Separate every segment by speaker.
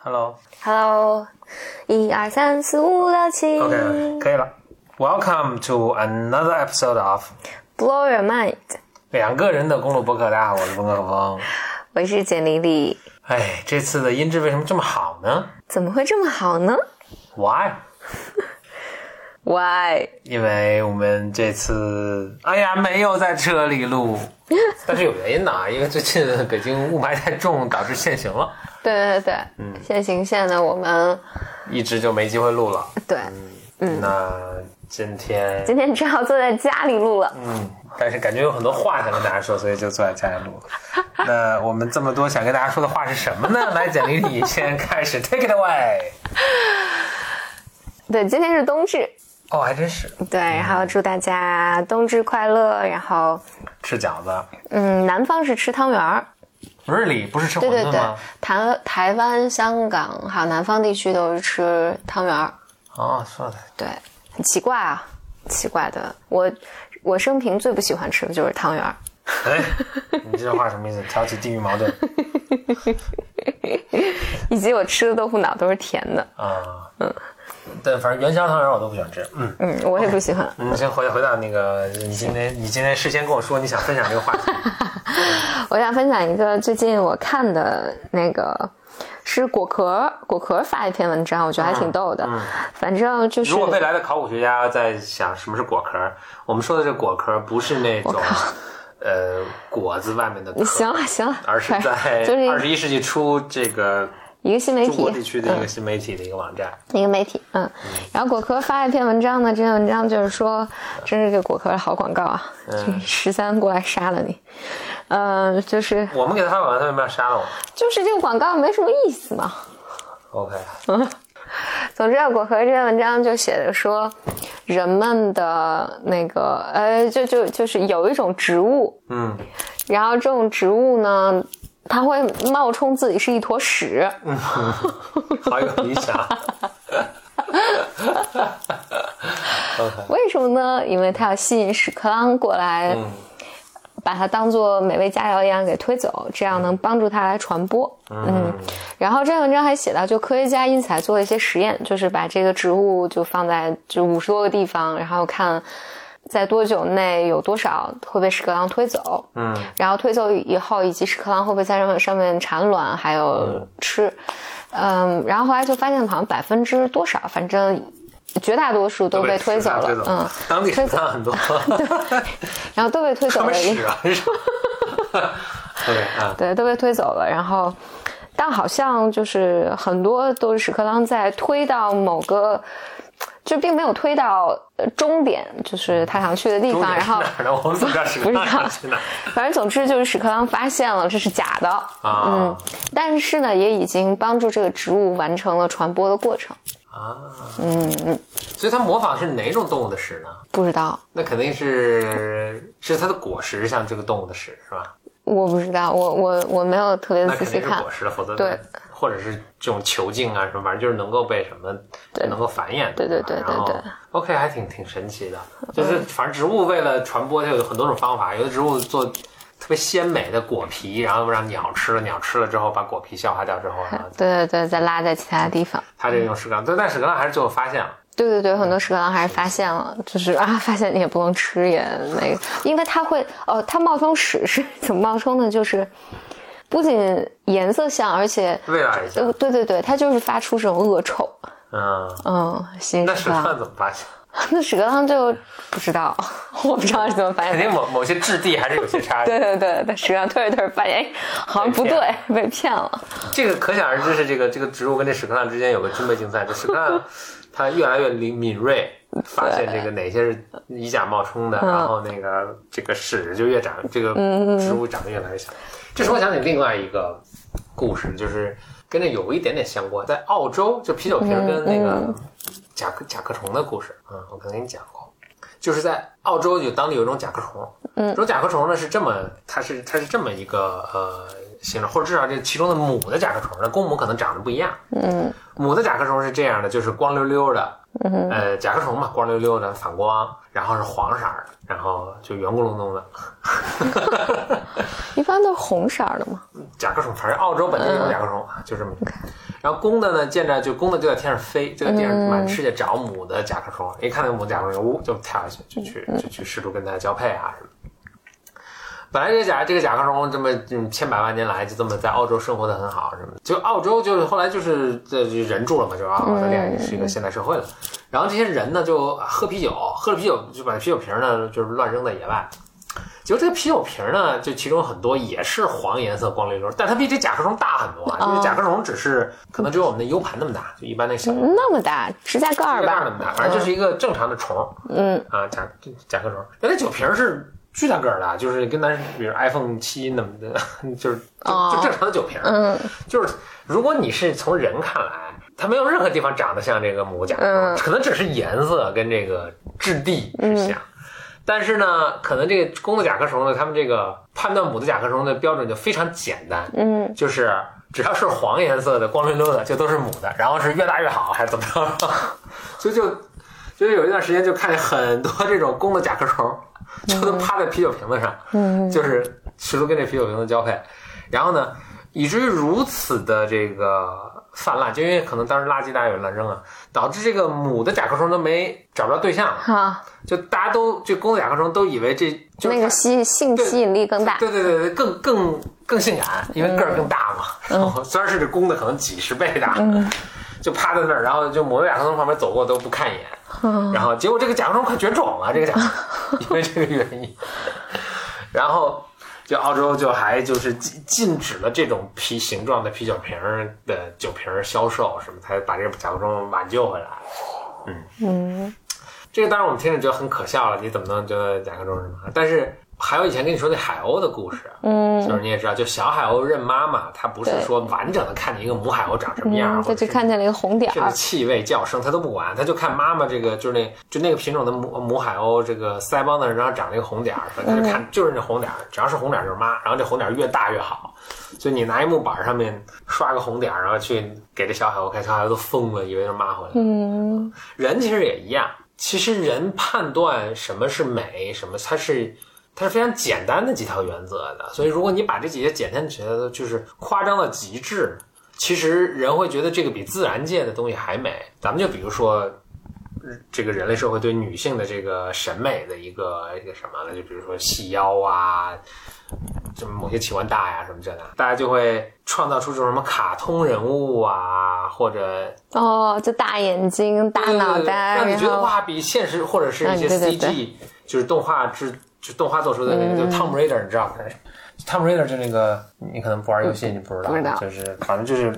Speaker 1: Hello。
Speaker 2: Hello，一二三四五六七
Speaker 1: OK，可以了。Welcome to another episode of
Speaker 2: ，Blow your mind，
Speaker 1: 两个人的公路博客。大家好，我是冯可峰。
Speaker 2: 我是简丽丽，
Speaker 1: 哎，这次的音质为什么这么好呢
Speaker 2: 怎么会这么好呢
Speaker 1: ？Why？
Speaker 2: ？Why？
Speaker 1: 因为我们这次哎呀没有在车里录，但是有原因的啊，因为最近北京雾霾太重，导致限行了，
Speaker 2: 对对对，
Speaker 1: 嗯
Speaker 2: 现行现的我们
Speaker 1: 一直就没机会录了。
Speaker 2: 对，
Speaker 1: 嗯，那今天
Speaker 2: 今天只好坐在家里录了。
Speaker 1: 嗯，但是感觉有很多话想跟大家说，所以就坐在家里 录。那我们这么多想跟大家说的话是什么呢？来，简历你先开始，take it away。
Speaker 2: 对，今天是冬至，
Speaker 1: 哦，还真是
Speaker 2: 对，然后祝大家冬至快乐。然后，
Speaker 1: 吃饺子
Speaker 2: 嗯，南方是吃汤圆儿，
Speaker 1: ，really 不是吃馄
Speaker 2: 对对
Speaker 1: 饨
Speaker 2: 对
Speaker 1: 哦吗？，
Speaker 2: 台台湾、香港还有南方地区都是吃汤圆儿。
Speaker 1: 哦，算了，
Speaker 2: 对，很奇怪啊，奇怪的。我我生平最不喜欢吃的就是汤圆儿。
Speaker 1: 哎，你这话什么意思？挑起地域矛盾
Speaker 2: 以及我吃的豆腐脑都是甜的，
Speaker 1: 啊？ 嗯，但反正元宵汤圆我都不喜欢吃。嗯，
Speaker 2: 嗯，我也不喜欢。
Speaker 1: 你先回回到那个，你今天你今天事先跟我说你想分享这个话题，
Speaker 2: 我想分享一个最近我看的那个，是果壳果壳发一篇文章，我觉得还挺逗的。反正就是
Speaker 1: 嗯如果未来的考古学家在想什么是果壳，我们说的这果壳不是那种呃果子外面的壳，
Speaker 2: 行了行了，
Speaker 1: 而是
Speaker 2: 反正
Speaker 1: 在
Speaker 2: 就是
Speaker 1: 二
Speaker 2: 一
Speaker 1: 十一世纪初这个
Speaker 2: 一个新媒
Speaker 1: 中
Speaker 2: 体
Speaker 1: 国地区的一个新媒体的一个网站。
Speaker 2: 一个媒体，嗯，然后果壳发了一篇文章呢，这篇文章就是说，真是给果壳的好广告啊，
Speaker 1: 嗯
Speaker 2: 十三过来杀了你，嗯，就是
Speaker 1: 我们给他发广告，他为什么要杀了我们
Speaker 2: 就是这个广告没什么意思嘛，
Speaker 1: ？OK，
Speaker 2: 总之啊，果壳这篇文章就写的说，人们的那个呃，就就就是有一种植物，
Speaker 1: 嗯，
Speaker 2: 然后这种植物呢，它会冒充自己是一坨屎，
Speaker 1: 好有理 想。OK，
Speaker 2: 为什么呢？因为它要吸引屎壳郎过来，把它当做美味佳肴一样给推走，这样能帮助它来传播。嗯，然后这篇文章还写到，就科学家因此还做了一些实验，就是把这个植物就放在就五十多个地方，然后看。在多久内有多少会被屎壳郎推走？嗯，然后推走以后，以及屎壳郎会不会在上面上面产卵，还有吃，嗯，然后后来就发现好像百分之多少，反正绝大多数都被推走了，嗯，
Speaker 1: 当地水
Speaker 2: 推走
Speaker 1: 上很多，
Speaker 2: 然后都被推
Speaker 1: 他
Speaker 2: 走
Speaker 1: 们
Speaker 2: 了，
Speaker 1: 屎啊。是吧 OK 啊，
Speaker 2: 对，都被推走了。然后，但好像就是很多都是屎壳郎在推到某个，就并没有推到呃终点，就是他想去的地
Speaker 1: 终
Speaker 2: 方。
Speaker 1: 点
Speaker 2: 然
Speaker 1: 是
Speaker 2: 后
Speaker 1: 哪，儿呢？我们怎么知道屎 壳郎
Speaker 2: 不知道
Speaker 1: 是哪儿？
Speaker 2: 反正总之就是屎壳郎发现了这是假的，
Speaker 1: 啊
Speaker 2: 嗯，但是呢，也已经帮助这个植物完成了传播的过程。
Speaker 1: 所以它模仿是哪种动物的屎呢？
Speaker 2: 不知道，
Speaker 1: 那肯定是是它的果实像这个动物的屎是吧？
Speaker 2: 我不知道，我我我没有特别
Speaker 1: 那
Speaker 2: 仔
Speaker 1: 肯
Speaker 2: 细
Speaker 1: 定是
Speaker 2: 看
Speaker 1: 果。实了，否则
Speaker 2: 对，
Speaker 1: 或者是这种球茎啊什么，反正就是能够被什么
Speaker 2: 对
Speaker 1: 能够繁衍的。
Speaker 2: 对对
Speaker 1: 是吧
Speaker 2: 对对嗯
Speaker 1: 然后
Speaker 2: 对
Speaker 1: OK，还挺挺神奇的，就是反正植物为了传播，它有很多种方法，有的植物做特别鲜美的果皮，然后让鸟吃了，鸟吃了之后把果皮消化掉之后，然后
Speaker 2: 对对对，再拉在其他地方。
Speaker 1: 它这种屎壳郎，但但屎壳郎还是最后发现了。
Speaker 2: 对对对，很多屎壳郎还是发现了，就是啊， 发现你也不能吃，也那个，因为它会哦，它冒充屎 是怎么冒充的？就是不仅颜色像，而且
Speaker 1: 味道也像
Speaker 2: 呃，对对对，它就是发出这种恶臭。
Speaker 1: 嗯，
Speaker 2: 嗯，新
Speaker 1: 那
Speaker 2: 屎
Speaker 1: 屎
Speaker 2: 壳
Speaker 1: 壳
Speaker 2: 郎，
Speaker 1: 郎怎么发现？
Speaker 2: 那屎壳郎就不知道， 我不知道是怎么发
Speaker 1: 肯
Speaker 2: 现的。
Speaker 1: 定某某些质地还是有些 差异。
Speaker 2: 对对对，但屎壳郎推着推着发现，哎，好像不
Speaker 1: 被骗
Speaker 2: 对，被骗了。
Speaker 1: 这个可想而知是这个这个植物跟这屎壳郎之间有个军备竞赛，这屎壳郎它越来越灵敏锐，发现这个哪些是以假冒充的，然后那个这个屎就越长，这个植物长得越来越小。这时候我想起另外一个故事，就是跟这有一点点相关，在澳洲就啤酒瓶跟那个甲壳甲壳虫的故事，嗯，我可能给你讲过。就是在澳洲有当地有一种甲壳虫，嗯，这种甲壳虫呢是这么，它是它是这么一个呃形状，或者至少这其中的母的甲壳虫，那公母可能长得不一样，嗯，母的甲壳虫是这样的，就是光溜溜的，嗯，呃，甲壳虫嘛，光溜溜的，反光，然后是黄色儿的，然后就圆咕隆咚的，
Speaker 2: 一般都是红色儿的嘛。
Speaker 1: 甲壳虫，反正澳洲本地有甲壳虫啊，就这么一个。然后公的呢，见着就公的就在天上飞，就在地上满世界找母的甲壳虫，一看到母甲壳虫，呜就跳下去，就去就去试图跟它交配啊什么。本来这个甲这个甲壳虫这么嗯千百万年来就这么在澳洲生活的很好什么的，就澳洲就是后来就是这就人住了嘛，就啊澳大利亚也是一个现代社会了。然后这些人呢就啊喝啤酒，喝了啤酒就把啤酒瓶呢就是乱扔在野外。结果这个啤酒瓶呢，就其中很多也是黄颜色光溜溜，但它比这甲壳虫大很多啊。
Speaker 2: 哦
Speaker 1: 就是甲壳虫只是可能只有我们的 U 盘那么大，就一般那小
Speaker 2: 嗯那么大，指甲盖儿吧，
Speaker 1: 那么大，反正就是一个正常的虫。
Speaker 2: 嗯
Speaker 1: 啊，甲甲壳虫，那那酒瓶是。巨大个儿的，啊就是跟咱比如 iPhone 七那么的， 就是就就正常的酒瓶。
Speaker 2: 嗯，
Speaker 1: 就是如果你是从人看来，它没有任何地方长得像这个母甲壳虫，
Speaker 2: 嗯
Speaker 1: 可能只是颜色跟这个质地是像。但是呢，可能这个公的甲壳虫呢，它们这个判断母的甲壳虫的标准就非常简单，
Speaker 2: 嗯，
Speaker 1: 就是只要是黄颜色的、光溜溜的，就都是母的，然后是越大越好，还是怎么着？ 所以就就是有一段时间就看见很多这种公的甲壳虫，就都趴在啤酒瓶子上，
Speaker 2: 嗯，
Speaker 1: 就是试图跟这啤酒瓶子交配，然后呢，以至于如此的这个泛滥，就因为可能当时垃圾大家有人乱扔啊，导致这个母的甲壳虫都没找不着对象，
Speaker 2: 好，
Speaker 1: 就大家都就公的甲壳虫都以为这就是
Speaker 2: 那个吸性吸引力更大，
Speaker 1: 对对对对，更更更性感，因为个儿更大嘛。然后 虽然是这公的可能几十倍大，就趴在那儿，然后就母的甲壳虫旁边走过都不看一眼，然后结果这个甲壳虫快绝种了，这个甲， 因为这个原因，然后。就澳洲就还就是禁禁止了这种啤形状的啤酒瓶儿的酒瓶儿销售，什么才把这个甲壳虫挽救回来。
Speaker 2: 嗯
Speaker 1: 这个当然我们听着觉得很可笑了，你怎么能觉得甲壳虫是什么？但是还有以前跟你说那海鸥的故事，
Speaker 2: 嗯，
Speaker 1: 就是你也知道，就小海鸥认妈妈，它不是
Speaker 2: 对
Speaker 1: 说完整的看你一个母海鸥长什么样，或
Speaker 2: 嗯，他
Speaker 1: 者
Speaker 2: 就是看见了一个红点
Speaker 1: 甚
Speaker 2: 儿
Speaker 1: 至，气味、叫声，它都不管，它就看妈妈这个，就是那就那个品种的母母海鸥，这个腮帮子上然后长了一个红点儿，它就看就是那红点儿，只要是红点儿就是妈，然后这红点儿越大越好。所以你拿一木板上面刷个红点儿，然后去给这小海鸥看，小海鸥都疯了，以为是妈回来了。
Speaker 2: 嗯
Speaker 1: 人其实也一样，其实人判断什么是美，什么它是它是非常简单的几条原则的。所以如果你把这几些简单的觉得就是夸张到极致，其实人会觉得这个比自然界的东西还美。咱们就比如说。这个人类社会对女性的这个审美的一个一个什么呢？就比如说细腰啊，什么某些器官大呀，什么这那，大家就会创造出这种什么卡通人物啊，或者
Speaker 2: 哦，就大眼睛、大脑袋，
Speaker 1: 嗯让你
Speaker 2: 然
Speaker 1: 觉得
Speaker 2: 后
Speaker 1: 哇，比现实或者是一些
Speaker 2: 嗯对对
Speaker 1: CG，、
Speaker 2: 对嗯
Speaker 1: 就是动画制，就动画做出的那个，就是 Tom Raider，你知道吗？Tom Raider 就那个，你可能不玩游戏，你不知道，
Speaker 2: 嗯不知道
Speaker 1: 就是反正就是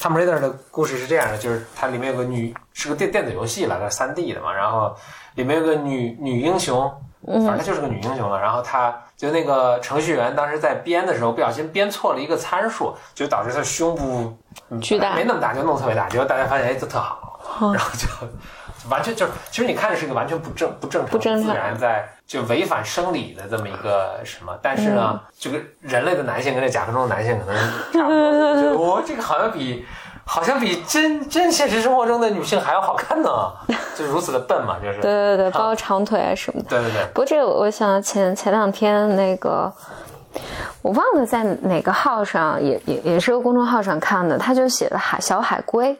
Speaker 1: Tom Raider 的故事是这样的，就是它里面有个女，是个电电子游戏了，它三 D 的嘛，然后里面有个女女英雄，
Speaker 2: 嗯
Speaker 1: 反正她就是个女英雄了，然后她。就那个程序员当时在编的时候，不小心编错了一个参数，就导致她胸部嗯
Speaker 2: 巨大哦
Speaker 1: 没那么大，就弄特别大，结果大家发现哎，这特好，然后就完全就是，其实你看着是一个完全不正不正常、
Speaker 2: 不正常
Speaker 1: 自然在就违反生理的这么一个什么，但是
Speaker 2: 嗯
Speaker 1: 呢，这个人类的男性跟这甲壳虫的男性可能是差不多， 就是哦，这个好像比好像比真真现实生活中的女性还要好 看呢，就如此的笨嘛，就是
Speaker 2: 对对对，包括长腿啊什么的。
Speaker 1: 对对对，
Speaker 2: 不过这个我想前前两天那个，我忘了在哪个号上，也也也是个公众号上看的，他就写了海小海龟，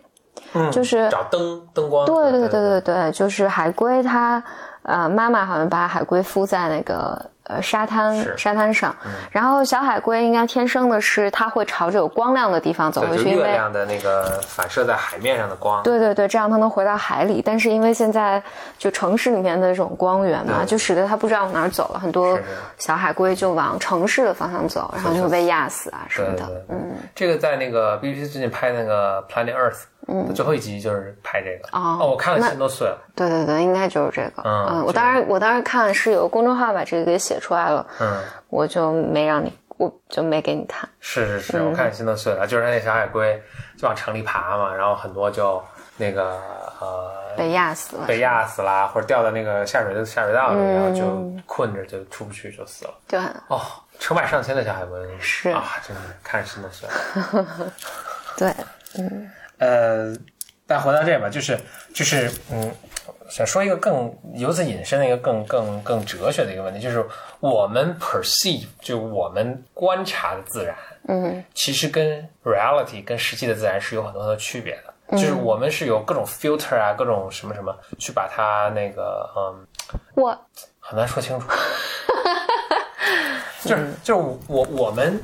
Speaker 1: 嗯，
Speaker 2: 就是
Speaker 1: 找灯灯光，
Speaker 2: 对对对对对，就是海龟它，呃，妈妈好像把海龟孵在那个呃沙滩
Speaker 1: 是嗯
Speaker 2: 沙滩上，然后小海龟应该天生的是它会朝着有光亮的地方走
Speaker 1: 对，
Speaker 2: 回
Speaker 1: 就
Speaker 2: 去，因
Speaker 1: 月
Speaker 2: 为
Speaker 1: 亮的那个反射在海面上的光，
Speaker 2: 对对对，这样它能回到海里。但是因为现在就城市里面的这种光源嘛，
Speaker 1: 对
Speaker 2: 就使得它不知道往哪儿走了，很多
Speaker 1: 是的
Speaker 2: 小海龟就往城市的方向走，然后就会被压死啊什
Speaker 1: 对
Speaker 2: 么
Speaker 1: 对
Speaker 2: 的。
Speaker 1: 对，嗯，这个在那个 BBC 最近拍那个 Planet Earth，嗯，最后一集就是拍这个，
Speaker 2: 哦
Speaker 1: 我看了心都碎了。
Speaker 2: 对对对，应该就是这个。
Speaker 1: 嗯
Speaker 2: 嗯，
Speaker 1: 这个
Speaker 2: 我当时我当时看是有公众号把这个给写出来了，
Speaker 1: 嗯，
Speaker 2: 我就没让你，我就没给你看。
Speaker 1: 是是
Speaker 2: 嗯
Speaker 1: 是，我看心都碎了。就是那小海龟就往城里爬嘛，然后很多就那个呃
Speaker 2: 被压死了。嗯
Speaker 1: 被压死啦，或者掉到那个下水的下水道里，然后就困着就出不去就死了。
Speaker 2: 对，
Speaker 1: 哦，成百上千的小海龟
Speaker 2: 是
Speaker 1: 啊，真是看着心都碎了。
Speaker 2: 对，
Speaker 1: 呃，但回到这吧，就是就是嗯，想说一个更由此引申的一个更更更哲学的一个问题，就是我们 perceive 就我们观察的自然，
Speaker 2: 嗯，
Speaker 1: 其实跟 reality 跟实际的自然是有很多的区别的。就是我们是有各种 filter 啊，各种什么什么去把它那个嗯，
Speaker 2: 我
Speaker 1: 很难说清楚。 就是就是我我们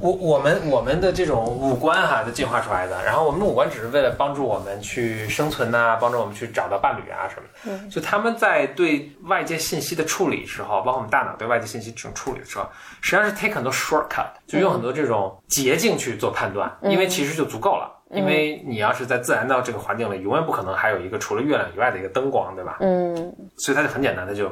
Speaker 1: 我我们我们的这种五官哈都进化出来的，然后我们的五官只是为了帮助我们去生存呐、帮助我们去找到伴侣啊什么的。就他们在对外界信息的处理时候，包括我们大脑对外界信息这种处理的时候，实际上是 take 很多 shortcut，就用很多这种捷径去做判断，因为其实就足够了。因为你要是在自然的这个环境里，永远不可能还有一个除了月亮以外的一个灯光，对吧？
Speaker 2: 嗯
Speaker 1: 所以它就很简单的就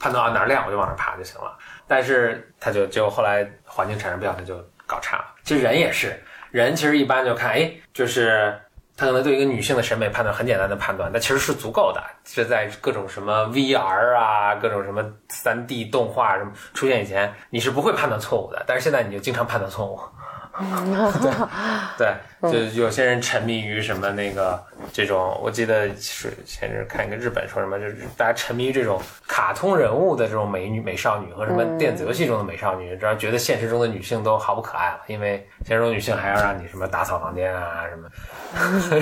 Speaker 1: 判断啊哪儿亮我就往哪儿爬就行了。但是它就就后来环境产生变化，它就搞差了。其实人也是，人其实一般就看，哎，就是他可能对一个女性的审美判断很简单的判断，但其实是足够的，是在各种什么 VR 啊，各种什么三 D 动画什么出现以前，你是不会判断错误的。但是现在你就经常判断错误。对，
Speaker 2: 嗯
Speaker 1: 对，就有些人沉迷于什么那个这种，我记得是前阵看一个日本说什么，就是大家沉迷于这种卡通人物的这种美女、美少女和什
Speaker 2: 嗯
Speaker 1: 么电子游戏中的美少女，然后觉得现实中的女性都毫不可爱了，因为现实中女性还要让你什么打扫房间啊什么，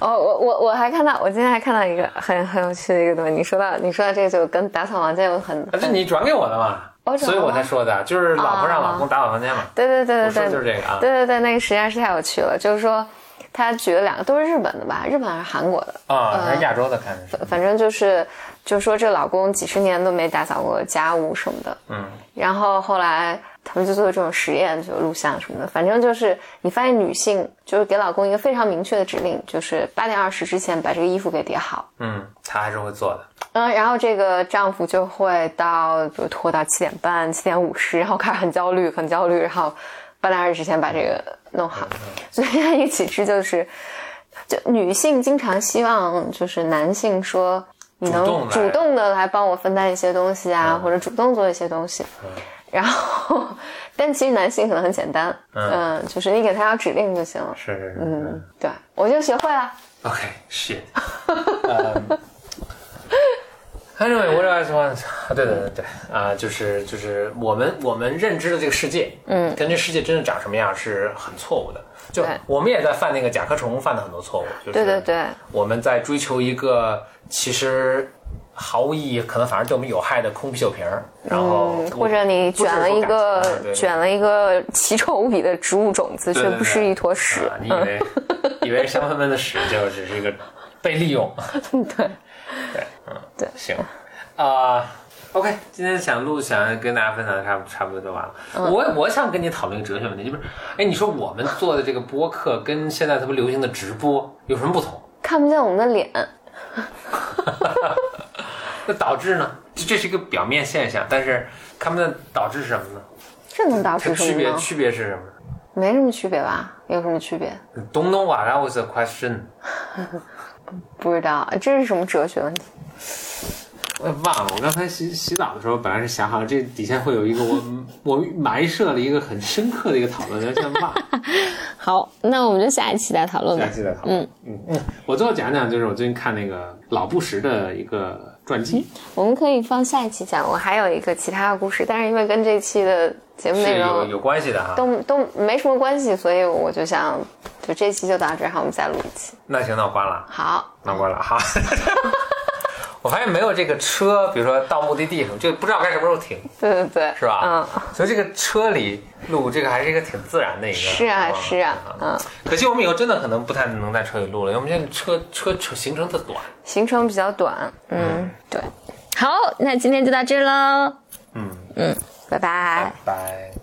Speaker 2: 哦，我我我还看到，我今天还看到一个很很有趣的一个东西。你说到你说到这个，就跟打扫房间有很
Speaker 1: 啊，这你转给我的
Speaker 2: 我
Speaker 1: 嘛，
Speaker 2: 转
Speaker 1: 所以我
Speaker 2: 了吗
Speaker 1: 才说的，就是老婆让
Speaker 2: 啊
Speaker 1: 老公打扫房间嘛，
Speaker 2: 对对对
Speaker 1: 我
Speaker 2: 对
Speaker 1: 说
Speaker 2: 对，
Speaker 1: 的就是这个啊，
Speaker 2: 对对对，那个实在是太有趣了。就是说，他举了两个都是日本的吧，日本还是韩国的，
Speaker 1: 啊，还是亚洲的看的是，
Speaker 2: 反正就是就说这老公几十年都没打扫过家务什么的，
Speaker 1: 嗯，
Speaker 2: 然后后来他们就做这种实验，就录像什么的。反正就是你发现女性就是给老公一个非常明确的指令，就是八点二十之前把这个衣服给叠好。
Speaker 1: 嗯，他还是会做的，
Speaker 2: 嗯，然后这个丈夫就会到，比如拖到七点半、七点五十，然后开始很焦虑，很焦虑，然后八点二十之前把这个弄
Speaker 1: 嗯
Speaker 2: 好。所以现在一个启示就是，就女性经常希望就是男性说你能
Speaker 1: 主动来嗯
Speaker 2: 主动的来帮我分担一些东西啊，或者主动做一些东西。 然后，但其实男性可能很简单，
Speaker 1: 嗯
Speaker 2: 嗯，就是你给他要指令就行了。
Speaker 1: 是是是，
Speaker 2: 嗯，对，我就学会了。
Speaker 1: Okay, shit. um, anyway, what else want? 对对对对啊、就是就是我们我们认知的这个世界，嗯，跟这世界真的长什么样是很错误的。就
Speaker 2: 对
Speaker 1: 我们也在犯那个甲壳虫犯的很多错误，就是
Speaker 2: 对对对，
Speaker 1: 我们在追求一个其实毫无意义，可能反而对我们有害的空啤酒瓶儿，然后
Speaker 2: 嗯，或者你卷了一个
Speaker 1: 不是说感情啊对
Speaker 2: 卷了一个奇丑无比的植物种子，
Speaker 1: 对
Speaker 2: 却
Speaker 1: 对
Speaker 2: 不是一坨屎。
Speaker 1: 啊，你以为以为香喷喷的屎就只是一个被利用，嗯
Speaker 2: 对，
Speaker 1: 行，啊、o k 今天想录想跟大家分享的差不差不多就完了。我我想跟你讨论一个哲学问题，就是，哎，你说我们做的这个播客跟现在特别流行的直播有什么不同？
Speaker 2: 看不见我们的脸。
Speaker 1: 那导致呢？这这是一个表面现象，但是他们的导致是什么呢？
Speaker 2: 这能导
Speaker 1: 它
Speaker 2: 致什
Speaker 1: 区
Speaker 2: 么
Speaker 1: 别
Speaker 2: 呢？
Speaker 1: 区别是什么呢
Speaker 2: 没什么区别吧？有什么区别？
Speaker 1: ？Don't know what that was a question，
Speaker 2: 不知道，这是什么哲学问题？
Speaker 1: 我也忘了。我刚才洗洗澡的时候，本来是想好这底下会有一个我我埋设了一个很深刻的一个讨论，但是现在忘了。
Speaker 2: 好，那我们就下一期再讨论
Speaker 1: 下期再讨论。嗯嗯，我最后讲讲，就是我最近看那个老布什的一个传记，
Speaker 2: 我们可以放下一期讲。我还有一个其他的故事，但是因为跟这期的节目嗯内
Speaker 1: 是有
Speaker 2: 容
Speaker 1: 有关系的哈。
Speaker 2: 都都没什么关系，所以我就想，就这期就到这儿，好，我们再录一期。
Speaker 1: 那行，那我关了，
Speaker 2: 好，
Speaker 1: 那我关了哈。 我发现没有这个车，比如说到目的地什么，就不知道该什么时候停，
Speaker 2: 对对对，
Speaker 1: 是吧？
Speaker 2: 嗯，。
Speaker 1: 所以这个车里录这个还是一个挺自然的一个。
Speaker 2: 是啊
Speaker 1: 嗯
Speaker 2: 是啊，嗯。
Speaker 1: 可惜我们以后真的可能不太能在车里录了，因为我们现在车车车行程特短。
Speaker 2: 行程比较短，嗯，对。好，那今天就到这喽，
Speaker 1: 嗯，
Speaker 2: 拜拜
Speaker 1: 拜拜。